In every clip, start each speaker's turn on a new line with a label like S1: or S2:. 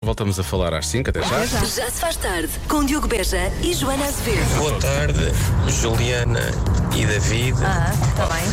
S1: Voltamos a falar às 5, até já.
S2: Já se faz tarde com Diogo Beja e Joana Azevedo.
S3: Boa tarde, Juliana e David.
S4: Ah, está bem.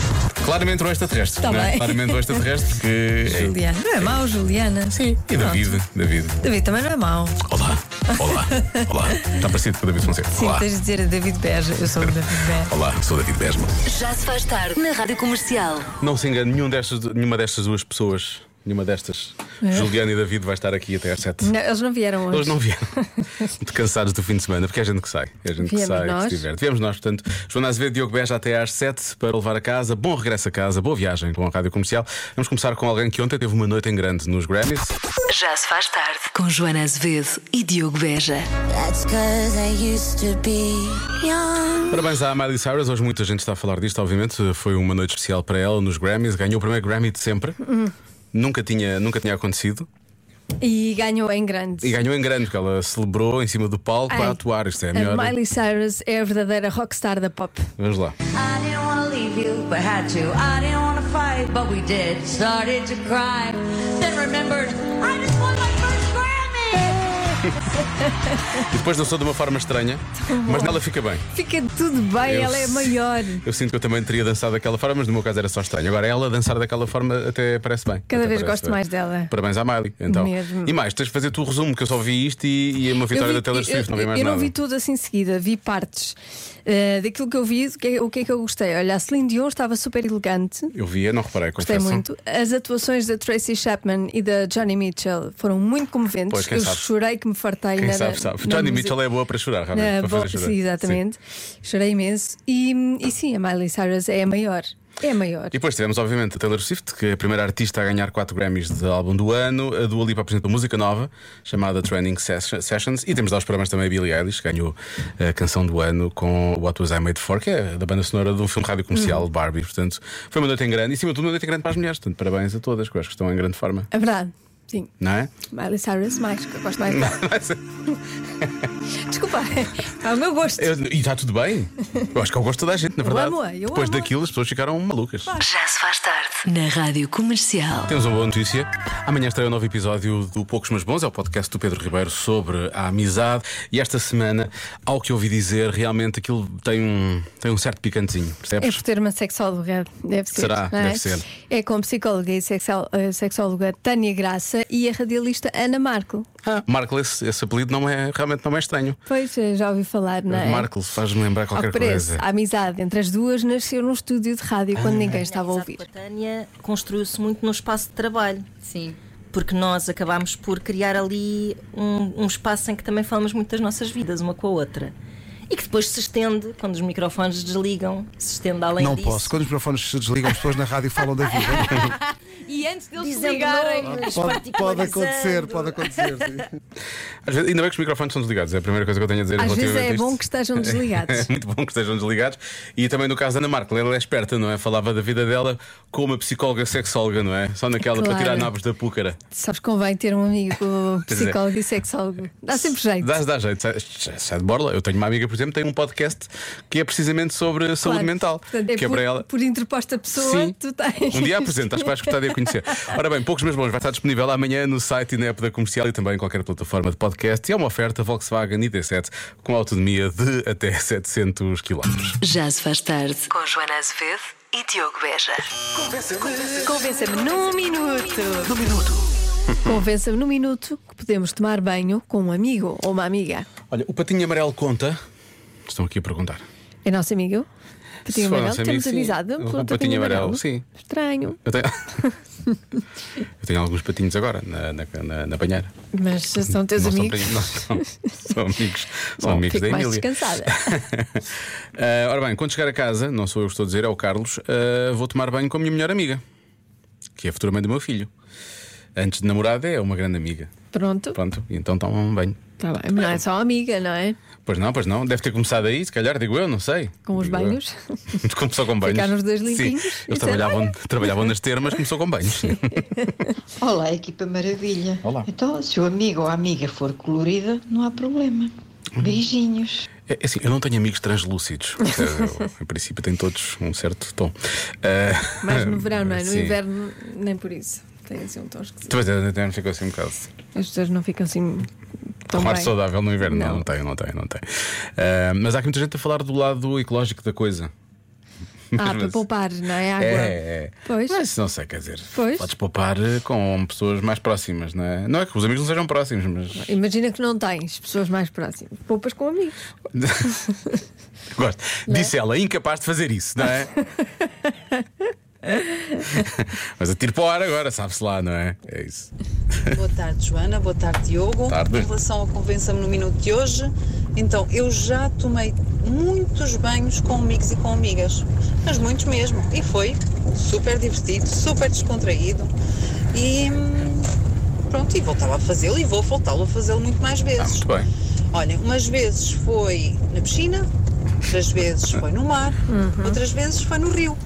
S1: Claramente um extraterrestre.
S4: Tá
S1: não é?
S4: bem.
S1: Claramente um extraterrestre que.
S4: Juliana. Não é mau, Juliana? Sim.
S1: E David, David.
S4: David também não é mau.
S1: Olá, olá, olá. Está parecido com o David Fonseca.
S4: Sim,
S1: olá,
S4: tens de dizer a David Beja. Eu sou o David Beja.
S1: olá, sou David Besma.
S2: Já se faz tarde na Rádio Comercial.
S1: Não se engane, nenhum destas, nenhuma destas duas pessoas, nenhuma destas,
S4: É.
S1: Juliana e David, vai estar aqui até às 7.
S4: Não, eles não vieram hoje.
S1: Hoje não vieram. Muito cansados do fim de semana, porque é a gente que sai. É a gente que
S4: Viemos
S1: sai,
S4: nós.
S1: que se diverte. Viemos nós, portanto, Joana Azevedo e Diogo Beja até às 7 para levar a casa. Bom regresso a casa, boa viagem com a rádio comercial. Vamos começar com alguém que ontem teve uma noite em grande nos Grammys.
S2: Já se faz tarde com Joana Azevedo e Diogo Beja.
S5: That's cause I used to be young.
S1: Parabéns à Miley Cyrus, hoje muita gente está a falar disto, obviamente. Foi uma noite especial para ela nos Grammys, ganhou o primeiro Grammy de sempre. Nunca tinha, nunca tinha acontecido
S4: E ganhou em grande.
S1: e ganhou em grande, porque ela celebrou em cima do palco
S4: Ai,
S1: a atuar. Isto é a melhor.
S4: A Miley Cyrus é a verdadeira rockstar da pop.
S1: Vamos lá.
S6: I didn't want to leave you, but had to. I didn't want to fight, but we did. Started to cry, then remembered I just won my first Grammy.
S1: E depois dançou de uma forma estranha, mas nela fica bem.
S4: Fica tudo bem,
S1: Eu
S4: ela é
S1: si-
S4: maior.
S1: Eu sinto que eu também teria dançado daquela forma, mas no meu caso era só estranho. Agora, ela dançar daquela forma até parece bem.
S4: Cada
S1: Até
S4: vez
S1: parece
S4: gosto
S1: bem.
S4: mais dela.
S1: Parabéns à Miley, então.
S4: Mesmo.
S1: E mais, tens de fazer tu o resumo, que eu só vi isto e, e uma vitória
S4: Eu vi-
S1: da Taylor
S4: eu-
S1: Swift, não vi
S4: eu-
S1: mais
S4: Eu
S1: nada.
S4: não vi tudo assim de seguida, vi partes. Eh, daquilo que eu vi, o que, é, o que é que eu gostei? Olha, a Celine Dion estava super elegante,
S1: Eu via, não reparei,
S4: gostei
S1: confesso.
S4: muito. As atuações da Tracy Chapman e da Johnny Mitchell foram muito comoventes.
S1: Pois, quem
S4: eu
S1: sabe?
S4: chorei que me fartei
S1: Quem
S4: na,
S1: sabe, sabe.
S4: na
S1: Johnny
S4: música.
S1: Mitchell é boa para chorar, realmente.
S4: Na
S1: para
S4: bo-
S1: fazer chorar.
S4: Sim, exatamente. Chorei imenso. E, e sim, a Miley Cyrus é a maior. É a maior.
S1: E depois tivemos, obviamente, a Taylor Swift, que é a primeira artista a ganhar 4 Grammys de álbum do ano. A Dua Lipa apresentou música nova, chamada Training Sess- Sessions. E temos de dar os parabéns também a Billie Eilish, que ganhou a canção do ano com What Was I Made For, que é da banda sonora de um filme rádio comercial,
S4: Hum.
S1: Barbie. Portanto, foi uma noite em grande. E, acima de tudo, uma noite em grande para as mulheres. Portanto, parabéns a todas, que eu acho que estão em grande forma.
S4: É verdade. Sim.
S1: Não é?
S4: Miley Cyrus mais, que eu gosto mais dela. Desculpa, ao meu gosto.
S1: Eu- e está tudo bem. Eu acho que eu gosto de toda a gente, na verdade.
S4: amo-a, eu
S1: depois
S4: amo-a.
S1: daquilo, as pessoas ficaram malucas.
S2: Já se faz tarde na Rádio Comercial.
S1: Temos uma boa notícia. Amanhã estreia um novo episódio do Poucos Mas Bons, é o podcast do Pedro Ribeiro sobre a amizade. E esta semana, ao que ouvi dizer, realmente aquilo tem um, tem um certo picantezinho,
S4: É
S1: percebes?
S4: por ter uma sexóloga, deve ser.
S1: Será?
S4: não é?
S1: Deve ser.
S4: É com a psicóloga e sexó- eh, sexóloga Tânia Graça e a radialista Ana Marco.
S1: Ah, Markle, esse, esse apelido não é, realmente não é estranho.
S4: Pois eh, já ouvi falar, não é?
S1: Markle faz-me lembrar
S4: Ao
S1: qualquer
S4: preço,
S1: coisa. Ah.
S4: a amizade entre as duas nasceu num estúdio de rádio quando ninguém estava a ouvir.
S7: Com a Tânia construiu-se muito no espaço de trabalho. Sim. Porque nós acabámos por criar ali um, um espaço em que também falamos muito das nossas vidas, uma com a outra. E que depois se estende, quando os microfones desligam, se estende além
S8: Não
S7: disso.
S8: posso. Quando os microfones se desligam, as pessoas na rádio falam da vida.
S4: E antes deles
S7: Dizendo nomes,
S8: pode, pode acontecer, pode acontecer. sim.
S1: Às vezes- ainda bem que os microfones estão desligados, é a primeira coisa que eu tenho a dizer
S4: Às vezes
S1: relativamente
S4: é
S1: a isto.
S4: bom que estejam
S1: É
S4: desligados.
S1: muito bom que estejam desligados. E também no caso da Ana Markle, ela é esperta, não é? Falava da vida dela com uma psicóloga sexóloga, não é? Só naquela para
S4: Claro.
S1: tirar nabos da púcara.
S4: Sabes, convém ter um amigo
S1: Pois é. um
S4: psicólogo e sexólogo. Dá sempre jeito.
S1: Dá, dá jeito, sai, sai de borla. Eu tenho uma amiga, por exemplo, tem um podcast que é precisamente sobre a saúde
S4: Claro.
S1: mental.
S4: Portanto,
S1: que é
S4: por,
S1: para ela.
S4: por interposta pessoa,
S1: Sim.
S4: tu tens.
S1: Um dia apresento, acho que vais gostar de a conhecer. Ora bem, poucos meus bons, vai estar disponível amanhã no site e na app da comercial e também em qualquer plataforma de podcast. E é uma oferta Volkswagen ID7 com autonomia de até 700 km.
S2: Já se faz tarde com Joana Azevedo e Diogo Beja.
S4: Convença-me num minuto. Num minuto. Convença-me num minuto que podemos tomar banho com um amigo ou uma amiga.
S1: Olha, o patinho amarelo conta. Estão aqui a perguntar.
S4: É nosso amigo? Patinho
S1: Se for
S4: amarelo,
S1: nosso
S4: temos
S1: amigo, sim.
S4: avisado.
S1: Um
S4: pelo
S1: patinho amarelo, sim.
S4: Estranho,
S1: Eu tenho, Eu tenho alguns patinhos agora na, na, na- na banheira.
S4: mas são teus
S1: não são
S4: amigos.
S1: primos, não, são, são amigos, são
S4: Bom,
S1: amigos
S4: fico
S1: da
S4: mais
S1: Emília.
S4: descansada.
S1: Ah, ora bem, quando chegar a casa, não sou eu que estou a dizer, é o Carlos, ah, vou tomar banho com a minha melhor amiga, que é a futura mãe do meu filho. Antes de namorada é uma grande amiga.
S4: Pronto,
S1: Pronto, e então tomam um banho.
S4: tá bem. Não é só amiga, não é?
S1: Pois não, pois não, deve ter começado aí, se calhar, digo eu, não sei.
S4: Com os
S1: Digo eu.
S4: banhos.
S1: Começou com banhos.
S4: Ficaram os dois limpinhos
S1: Sim,
S4: é e
S1: eles
S4: disseram,
S1: trabalhavam, trabalhavam nas termas, começou com banhos. sim.
S9: Olá, equipa maravilha.
S1: Olá.
S9: Então, se o amigo ou a amiga for colorida, não há problema. Beijinhos.
S1: É, é assim, eu não tenho amigos translúcidos. Eu, em princípio, tenho todos um certo tom. Ah,
S4: Mais no verão, não é? No
S1: sim.
S4: inverno, nem por isso. Tem assim um tom esquisito.
S1: Tu até ficou assim um bocado.
S4: As pessoas não ficam assim tão
S1: Um ar
S4: bem.
S1: saudável no inverno. Não,
S4: Não.
S1: não tem, não tem, não tem. Ah, mas há aqui muita gente a falar do lado ecológico da coisa.
S4: Ah, para
S1: Mas-
S4: poupar, não é? Água.
S1: É, é.
S4: Pois.
S1: Mas não sei, quer dizer,
S4: Pois.
S1: podes poupar eh, com pessoas mais próximas, não é? Não é que os amigos não sejam próximos, mas.
S4: Imagina que não tens pessoas mais próximas. Poupas com amigos.
S1: Gosto.
S4: é?
S1: Disse ela, incapaz de fazer isso, não é? mas atiro para o ar agora, sabe-se lá, não é? É isso.
S10: Boa tarde, Joana. Boa tarde, Diogo.
S1: Tarde.
S10: Em relação ao Convença-me no Minuto de hoje, então, eu já tomei muitos banhos com amigos e com amigas, mas muitos mesmo. E foi super divertido, super descontraído. E hum, pronto, e voltava a fazê-lo e vou voltá-lo a fazê-lo muito mais
S1: Ah,
S10: vezes.
S1: muito bem.
S10: Olha, umas vezes foi na piscina, outras vezes foi no mar, outras vezes foi no rio.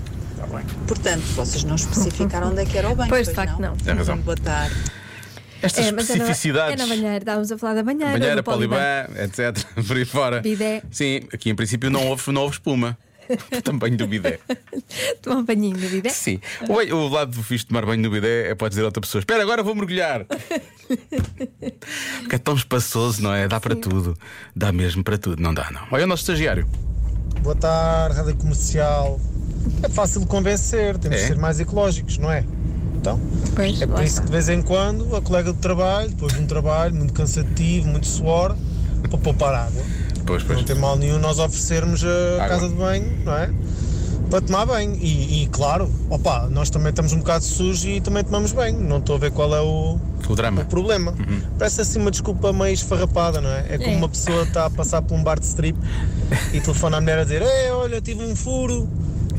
S10: Portanto, vocês não especificaram onde é que era o banho. Então,
S4: Pois, de facto, não.
S1: Tem razão.
S10: Boa tarde.
S1: Estas
S4: mas é na- É
S1: especificidades.
S4: na banheira, estávamos a falar da banheira.
S1: banheira,
S4: do poliban.
S1: poliban, etc. Por aí fora.
S4: Bidé.
S1: Sim, aqui em princípio não houve, não houve espuma. Também do bidé.
S4: Tomar um banhinho de vida.
S1: Sim. O, bem- o lado do fixe de tomar banho no bidé é pode dizer a outra pessoa: Espera, agora vou mergulhar. Porque é tão espaçoso, não é? Dá para tudo. Dá mesmo para tudo. Não dá, não. Olha o nosso estagiário.
S11: Boa tarde, Rádio Comercial. É fácil de convencer, temos
S1: É?
S11: de ser mais ecológicos, não é? Então,
S4: Pois,
S11: é por
S4: lá
S11: isso
S4: está.
S11: que de vez em quando a colega de trabalho, depois de um trabalho muito cansativo, muito suor, para poupar água.
S1: Pois, pois.
S11: Não tem mal nenhum nós oferecermos eh, a
S1: Água.
S11: casa de banho, não é? Para tomar banho. E, e, claro, opa, nós também estamos um bocado sujos e também tomamos banho. Não estou a ver qual é o,
S1: O
S11: o
S1: drama.
S11: problema.
S12: Uhum.
S11: Parece assim uma desculpa meio esfarrapada, não é? É como
S4: É.
S11: uma pessoa está a passar por um bar de strip e telefona à mulher a dizer: Ei, olha, tive um furo,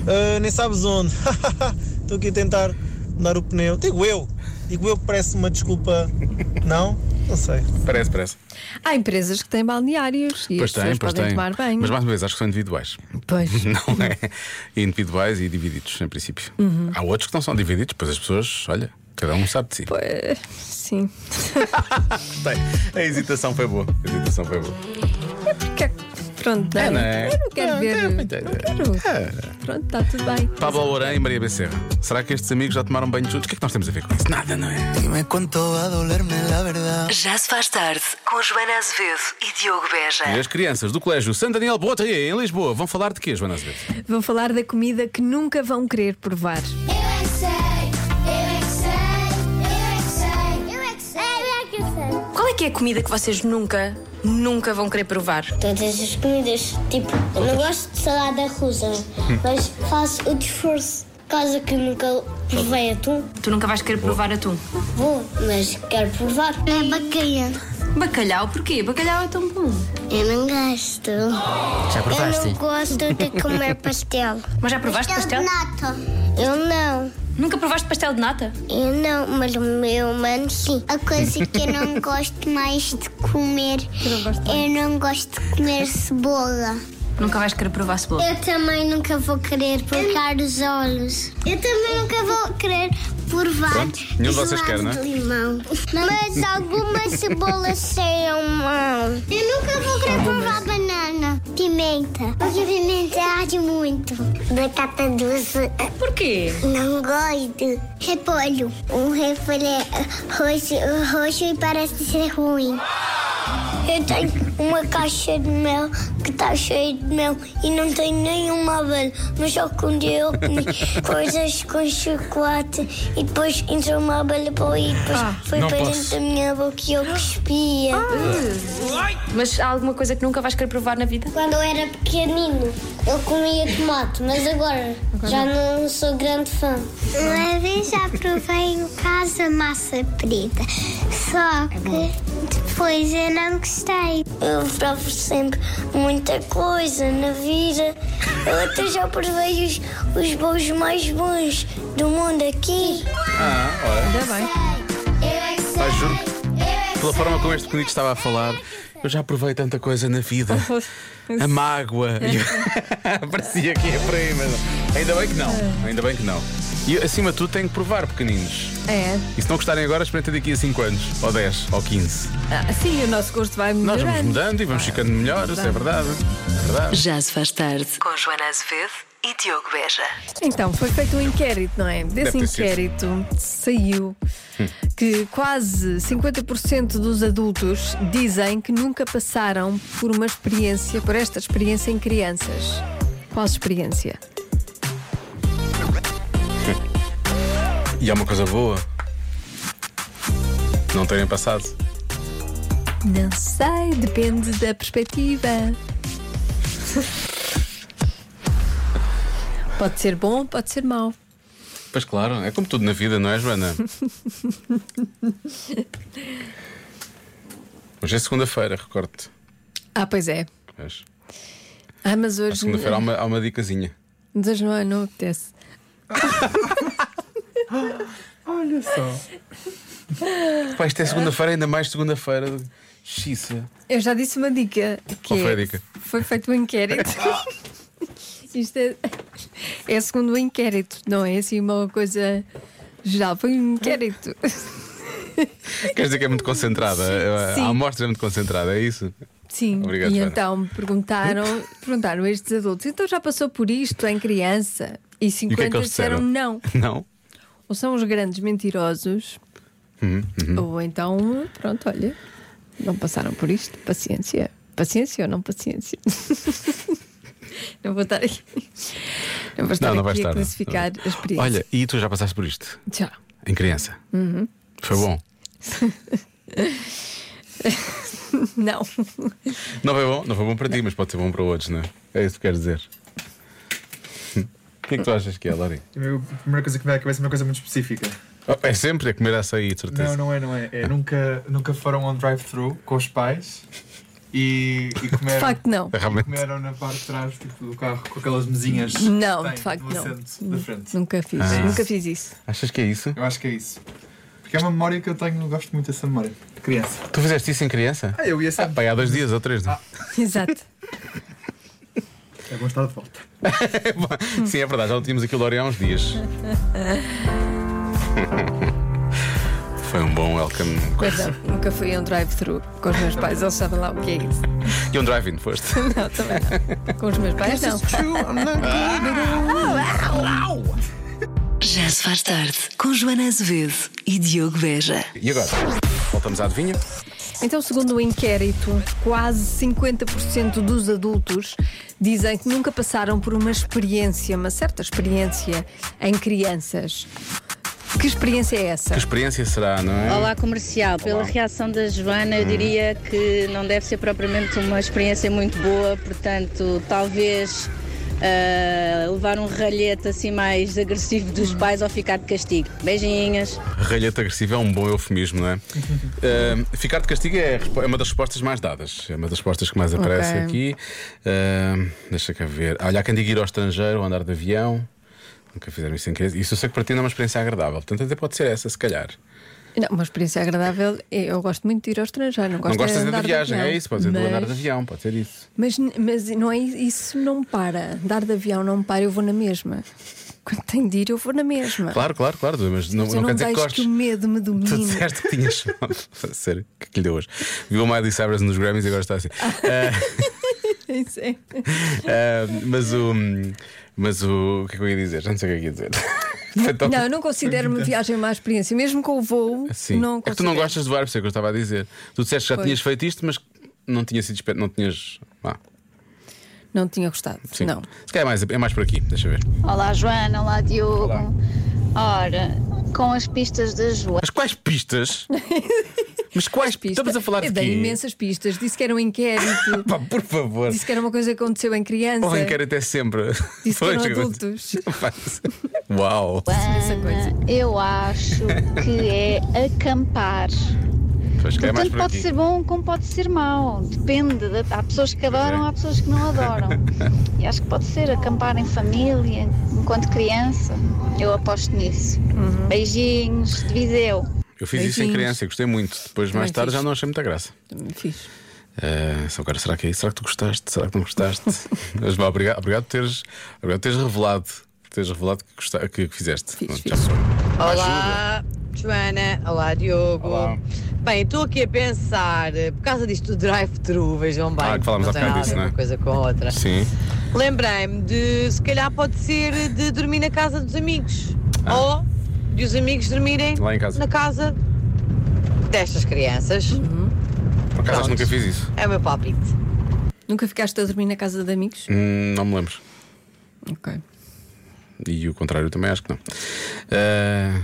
S11: ah, nem sabes onde. Estou aqui a tentar mudar o pneu. Digo eu, digo eu que parece uma desculpa. Não? Não sei.
S1: Parece, parece.
S4: Há empresas que têm balneários e
S1: Pois
S4: as pessoas
S1: tem, pois
S4: podem
S1: tem.
S4: tomar banho.
S1: Mas mais uma vez, acho que são individuais.
S4: Pois.
S1: Não é? Individuais e divididos, em princípio.
S4: Uhum.
S1: Há outros que não são divididos, pois as pessoas, olha, cada um sabe de si.
S4: Pois, eh, Sim.
S1: Bem, a hesitação foi boa. A hesitação foi boa.
S4: Porque, é pronto, não,
S1: É, não é?
S4: eu não quero
S1: Não,
S4: ver. Não
S1: tem- tem-
S4: quero.
S1: É.
S4: Pronto, está tudo bem.
S1: Pablo Alborã e Maria Becerra. Será que estes amigos já tomaram banho juntos? O que é que nós temos a ver com isso? Nada, não é?
S13: Dime cuánto va a dolerme la verdad.
S2: Já se faz tarde com Joana Azevedo e Diogo
S1: E
S2: Beja.
S1: as crianças do Colégio Santo Daniel Botria, em Lisboa, vão falar de quê, Joana Azevedo?
S4: Vou falar da comida que nunca vão querer provar.
S14: Qual é que é a comida que vocês nunca, nunca vão querer provar?
S15: Todas as comidas. Tipo, eu não gosto de salada russa, mas faço o esforço. Causa que nunca provei atum.
S14: Tu nunca vais querer provar atum.
S15: Vou, mas quero provar. É bacalhau.
S14: Bacalhau, porquê? Bacalhau é tão bom.
S15: Eu não gosto.
S14: Já provaste?
S15: Eu não gosto de comer pastel.
S14: Mas já provaste pastel?
S15: de nata. Eu não.
S14: Nunca provaste pastel de nata?
S15: Eu não, mas o meu mano sim. A coisa que eu não gosto mais de comer. eu não gosto de comer cebola.
S14: Nunca vais querer provar cebola.
S15: Eu também nunca vou querer provar os olhos. Eu também nunca vou querer provar
S1: Pronto, nenhum de vocês quer, não é?
S15: gelado de limão. Mas algumas cebolas cheiram mal. Eu nunca vou querer provar banana. Pimenta. Porque pimenta arde muito. Batata doce.
S14: Porquê?
S15: Não gosto. Repolho. Um repolho é roxo, roxo e parece ser ruim. Eu tenho uma caixa de mel que está cheia de mel e não tem nenhuma abelha. Mas só que um dia eu comi coisas com chocolate e depois entrou uma abelha para aí e depois foi
S14: não
S15: para
S14: posso.
S15: dentro da minha boca e eu cuspia.
S14: Mas há alguma coisa que nunca vais querer provar na vida?
S15: Quando eu era pequenino, eu comia tomate, mas agora já não sou grande fã. Uma vez já provei em casa massa preta,
S1: É
S15: só que depois eu não gostei. Eu provo sempre muita coisa na vida. Eu até já provei os, os bolos mais bons do mundo aqui. é
S1: Ah, olha.
S4: Ainda bem.
S1: Ah, juro que, pela forma como este pequenino estava a falar, eu já provei tanta coisa na vida. A mágoa. E- Parecia que ia para aí, mas ainda bem que não. Ainda bem que não. E acima de tudo, tenho que provar, pequeninos.
S4: É.
S1: E se não gostarem agora, experimentem daqui a 5 anos, ou 10, ou 15.
S4: Ah, sim, o nosso gosto vai
S1: Nós
S4: melhorando.
S1: vamos mudando e vamos ficando melhor, isso é verdade. É verdade.
S2: Já se faz tarde com Joana Azevedo e Diogo Beja.
S4: Então, foi feito um inquérito, não é? Desse
S2: Deve ter sido.
S4: inquérito saiu que quase 50% dos adultos dizem que nunca passaram por uma experiência, por esta experiência em crianças. Qual experiência?
S1: E é uma coisa boa. Não terem passado.
S4: Não sei, depende da perspectiva. Pode ser bom, pode ser mau.
S1: Pois claro, é como tudo na vida, não é, Joana? Hoje é segunda-feira, recorte.
S4: Ah, pois é. Ah, mas
S1: Na
S4: hoje.
S1: segunda-feira há um- uma, há uma dicasinha.
S4: Mas hoje não, não apetece.
S1: Olha
S4: só.
S1: Pá, isto é segunda-feira, ainda mais segunda-feira. Xissa.
S4: Eu já disse uma dica. Que
S1: Qual foi a
S4: é-
S1: dica?
S4: Foi feito um inquérito. Isto é, é segundo o inquérito, não é assim uma coisa geral. Foi um inquérito.
S1: Quer dizer que é muito concentrada?
S4: sim.
S1: A amostra é muito concentrada, é isso?
S4: Sim,
S1: Obrigado,
S4: e
S1: Joana.
S4: então perguntaram, perguntaram a estes adultos: então já passou por isto em criança? E
S1: E o
S4: 50
S1: que é que eles disseram?
S4: disseram não.
S1: Não?
S4: Ou são os grandes mentirosos,
S1: Uhum, uhum.
S4: ou então, pronto, olha, não passaram por isto, paciência. Paciência ou não paciência? não vou estar aqui. Não vou estar
S1: Não, não vai
S4: aqui
S1: estar,
S4: a
S1: não.
S4: classificar a experiência.
S1: Olha, e tu já passaste por isto?
S4: Já.
S1: Em criança?
S4: Uhum.
S1: Foi bom?
S4: não.
S1: Não foi bom? Não foi bom para ti, mas pode ser bom para outros, não é? É isso que quero dizer. O que é que tu achas que é, Lori?
S12: A primeira coisa que me dá à cabeça é uma coisa muito específica.
S1: Oh, é sempre a comer açaí, de certeza.
S12: Não, não é, não é. É, nunca, nunca foram ao drive-thru com os pais e, e comeram.
S4: De facto, não.
S1: É
S12: e
S4: Realmente.
S12: comeram na parte de trás tipo, do carro com aquelas mesinhas.
S4: Não,
S12: que têm
S4: de facto,
S12: no
S4: não.
S12: assento Da frente.
S4: Nunca fiz,
S12: Ah.
S4: nunca fiz isso.
S1: Achas que é isso?
S12: Eu acho que é isso. Porque é uma memória que eu tenho, eu gosto muito dessa memória. De criança.
S1: Tu fizeste isso em criança?
S12: Ah, eu ia Ah.
S1: Ah, pá, há dois dias ou três, não?
S4: Exato.
S12: É bom estar de volta.
S1: Sim, é verdade, já não tínhamos aquilo Lori há uns dias. Foi um bom welcome.
S4: Perdão, nunca fui a um drive-thru com os meus pais, eles sabem lá o que é isso.
S1: E um drive-in foste?
S4: Não, também não. Com os meus pais, não.
S2: Já se faz tarde com Joana Azevedo e Diogo Beja.
S1: E agora? Voltamos à adivinha?
S4: Então, segundo o inquérito, quase 50% dos adultos dizem que nunca passaram por uma experiência, uma certa experiência em crianças. Que experiência é essa?
S1: Que experiência será, não é?
S16: Olá, comercial. Pela
S1: Olá.
S16: reação da Joana, eu
S2: Uhum.
S1: Hum.
S16: diria que não deve ser propriamente uma experiência muito boa, portanto, talvez ah, levar um ralhete assim mais agressivo
S2: Uhum.
S16: dos pais ou ficar de castigo. Beijinhas.
S1: Ralhete agressivo é um bom eufemismo, não é? Ah, ficar de castigo é, a respo- é uma das respostas mais dadas. É uma das respostas que mais
S17: Ok.
S1: aparece aqui. Ah, deixa cá ver. Olha, há quem diga ir ao estrangeiro ou andar de avião. Nunca fizeram isso em criança. Isso eu sei que para ti não é uma experiência agradável. Portanto, até pode ser essa, se calhar.
S4: Não, uma experiência agradável. é- Eu gosto muito de ir ao estrangeiro, não gosto
S1: não gostas
S4: de
S1: da
S4: andar de
S1: viagem,
S4: avião,
S1: é isso? Pode ser do andar de
S4: mas-
S1: avião, pode ser isso.
S4: Mas, mas não é, isso não para. Dar de avião não para, eu vou na mesma. Quando tenho de ir, eu vou na mesma.
S1: Claro, claro, claro. Mas não, não
S4: Mas eu
S1: quer
S4: não
S1: dizer que
S4: deixo que
S1: gostes.
S4: o medo me
S1: Tu
S4: domine.
S1: disseste que tinhas. Sério, o que é que lhe deu hoje? Viu o Miley Cyrus nos Grammys e agora está assim. Ah,
S4: Isso é.
S1: Ah, mas o. Mas o. O que é que eu ia dizer? Já não sei o que é que ia dizer. Foi tão-
S4: Não, eu não considero uma viagem má experiência. Mesmo com o voo,
S1: Então. Sim.
S4: não
S1: é que tu não
S4: considero.
S1: gostas do ar, por isso é que eu estava a dizer. Tu disseste que já
S4: Pois.
S1: tinhas feito isto, mas não tinha sido esper- não tinhas. Ah,
S4: Não tinha gostado.
S1: sim.
S4: Não.
S1: Se calhar é mais, é mais por aqui, deixa eu ver.
S18: Olá Joana, olá Diogo. Ora, com as pistas da Joana.
S1: Mas quais pistas? Mas quais pistas? Estamos a falar de
S4: Eu dei
S1: quê?
S4: imensas pistas. Disse que era um inquérito.
S1: Pá, por favor.
S4: Disse que era uma coisa que aconteceu em criança.
S1: Ou quero até sempre.
S4: Disse que
S1: Pois,
S4: eram
S1: agora-
S4: adultos.
S1: Faz- Uau!
S18: Joana, eu acho que é acampar.
S1: Pois,
S4: Então
S1: se calhar é mais
S18: Portanto,
S1: por
S18: pode
S1: aqui.
S18: ser bom como pode ser mau. Depende. da- há pessoas que adoram,
S1: é.
S18: há pessoas que não adoram. e acho que pode ser acampar em família, enquanto criança. Eu aposto nisso.
S4: Uhum.
S18: Beijinhos de Viseu.
S1: Eu fiz isso em
S18: Beijinhos.
S1: criança e gostei muito. Depois,
S18: Também
S1: mais tarde,
S18: fiz.
S1: já não achei muita graça.
S4: Fiz.
S1: Ah, só agora, será que é isso? Será que tu gostaste? Será que não gostaste? Mas vá, obrigado, obrigado, por teres, obrigado por teres revelado. por Teres revelado que, gosta- que- que fizeste. Pronto, já foi.
S19: Olá,
S10: Joana. Olá, Diogo.
S1: Olá.
S10: Bem, estou aqui a pensar, por causa disto do drive-thru, vejam bem.
S1: Ah, que falámos
S10: não
S1: há
S10: tem
S1: bocado
S10: nada
S1: disso,
S10: a ver
S1: não é?
S10: Uma coisa com a outra.
S1: Sim.
S10: Lembrei-me de, se calhar, pode ser de dormir na casa dos amigos. Ou de os amigos dormirem
S1: Ah. Lá em casa.
S10: na casa destas crianças.
S1: Por acaso acho que nunca fiz isso.
S10: É o meu palpite.
S4: Nunca ficaste a dormir na casa de amigos?
S1: Hum, não me lembro.
S4: Ok.
S1: E o contrário também acho que não. Ah,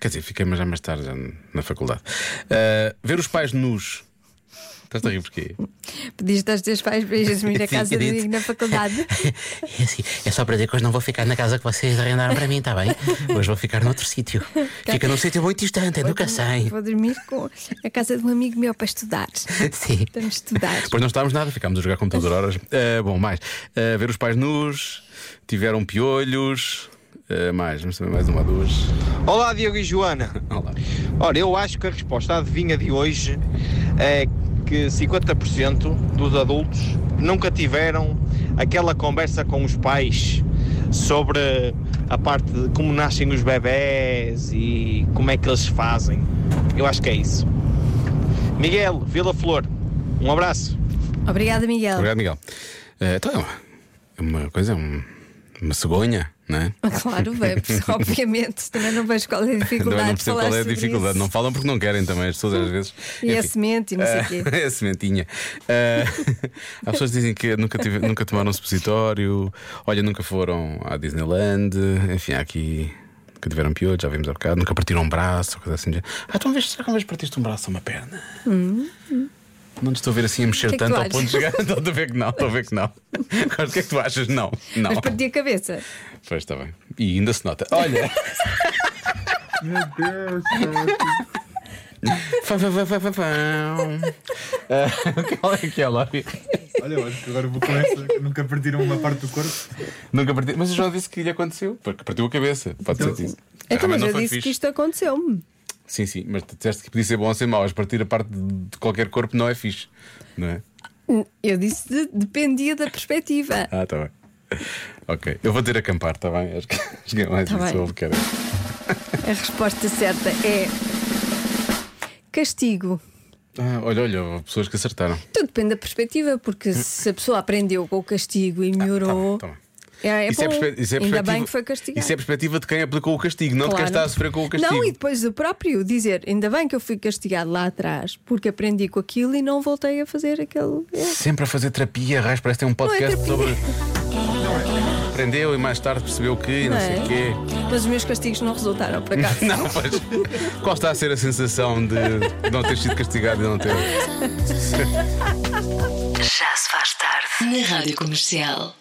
S1: quer dizer, fiquei mas já mais tarde já na faculdade. Ah, ver os pais nus. Estás a rir porquê?
S4: Pediste aos teus pais para ires dormir na
S7: Sim,
S4: casa de
S7: querido.
S4: amigos na faculdade.
S7: É, assim, é só para dizer que hoje não vou ficar na casa que vocês arrendaram para mim, está bem? Hoje vou ficar noutro sítio. Fica num sítio muito distante, é nunca sei.
S4: Vou dormir com, na casa de um amigo meu para estudar.
S1: Sim.
S4: Estamos a estudar.
S1: Depois não estávamos nada, ficámos a jogar computador horas. Ah, bom, mais. Ah, ver os pais nus, tiveram piolhos. Ah, mais, vamos saber mais uma ou duas.
S11: Olá, Diogo e Joana.
S1: Olá.
S11: Ora, eu acho que a resposta à adivinha de hoje é que 50% dos adultos nunca tiveram aquela conversa com os pais sobre a parte de como nascem os bebés e como é que eles fazem. Eu acho que é isso. Miguel, Vila Flor, um abraço.
S4: Obrigada, Miguel.
S1: Obrigado, Miguel. Ah, então é uma, é uma coisa, é um- uma cegonha, não é?
S4: Claro, bem, porque, obviamente. Também não vejo qual é a
S1: Não,
S4: dificuldade.
S1: não
S4: de
S1: percebo
S4: falar
S1: qual é a
S4: sobre
S1: dificuldade.
S4: isso.
S1: Não falam porque não querem também, as pessoas às vezes.
S4: E é
S1: Enfim.
S4: semente e não sei o
S1: Ah,
S4: quê.
S1: É a sementinha. Ah, há pessoas que dizem que nunca, tive- nunca tomaram um supositório, olha, nunca foram à Disneyland, enfim, há aqui. Nunca tiveram piolho, já vimos há bocado, nunca partiram um braço, ou coisa assim. do género. Ah, tu uma vez, será que uma vez partiste um braço ou uma perna?
S4: Hum, hum.
S1: Não te estou a ver assim a mexer
S4: O que é que
S1: tanto
S4: tu
S1: ao ponto de chegar.
S4: achas?
S1: Estou a ver que não, estou a ver que não. Agora, o que é que tu achas? Não, não.
S4: Mas perdi a cabeça.
S1: Pois está bem. E ainda se nota. Olha.
S4: Meu Deus,
S1: Fá, fá, fá, fá, fá, fá. Ah, Qual é que é, Lória?
S20: Olha, eu acho que agora vou com essa. que Nunca perderam uma parte do corpo.
S1: Nunca partiu. Mas o João disse que lhe aconteceu. Porque partiu a cabeça. Pode ser disso.
S4: Então, mas
S1: não
S4: eu
S1: foi
S4: disse
S1: fixe.
S4: que isto aconteceu-me.
S1: Sim, sim, mas tu disseste que podia ser bom ou ser mau. Mas partir a parte de qualquer corpo não é fixe. Não é?
S4: Hum, Eu disse de- dependia da perspectiva.
S1: Ah, está bem. Ok. Eu vou ter a acampar, está bem? Acho que, acho que é mais
S4: Tá
S1: isso.
S4: bem.
S1: Eu quero.
S4: A resposta certa é castigo.
S1: Ah, olha, olha, houve pessoas que acertaram.
S4: Tudo depende da perspectiva,
S1: Hum.
S4: porque se a pessoa aprendeu com o castigo
S1: Ah, tá
S4: e melhorou. É, é
S1: Isso é
S4: bom.
S1: perspe- isso é
S4: Ainda bem
S1: perspectiva-
S4: que foi castigado.
S1: Isso é a perspectiva de quem aplicou o castigo, não de quem
S4: Claro.
S1: está a sofrer com o castigo.
S4: Não, e depois do próprio dizer, ainda bem que eu fui castigado lá atrás, porque aprendi com aquilo e não voltei a fazer aquele. erro."
S1: Sempre a fazer terapia, raios, parece que tem um podcast
S4: é terapia.
S1: sobre. Aprendeu e mais tarde percebeu que e não,
S4: Não
S1: sei
S4: é?
S1: o quê.
S4: Mas os meus castigos não resultaram, por acaso.
S1: Não, mas qual está a ser a sensação de não ter sido castigado e não ter.
S2: Já se faz tarde na Rádio Comercial.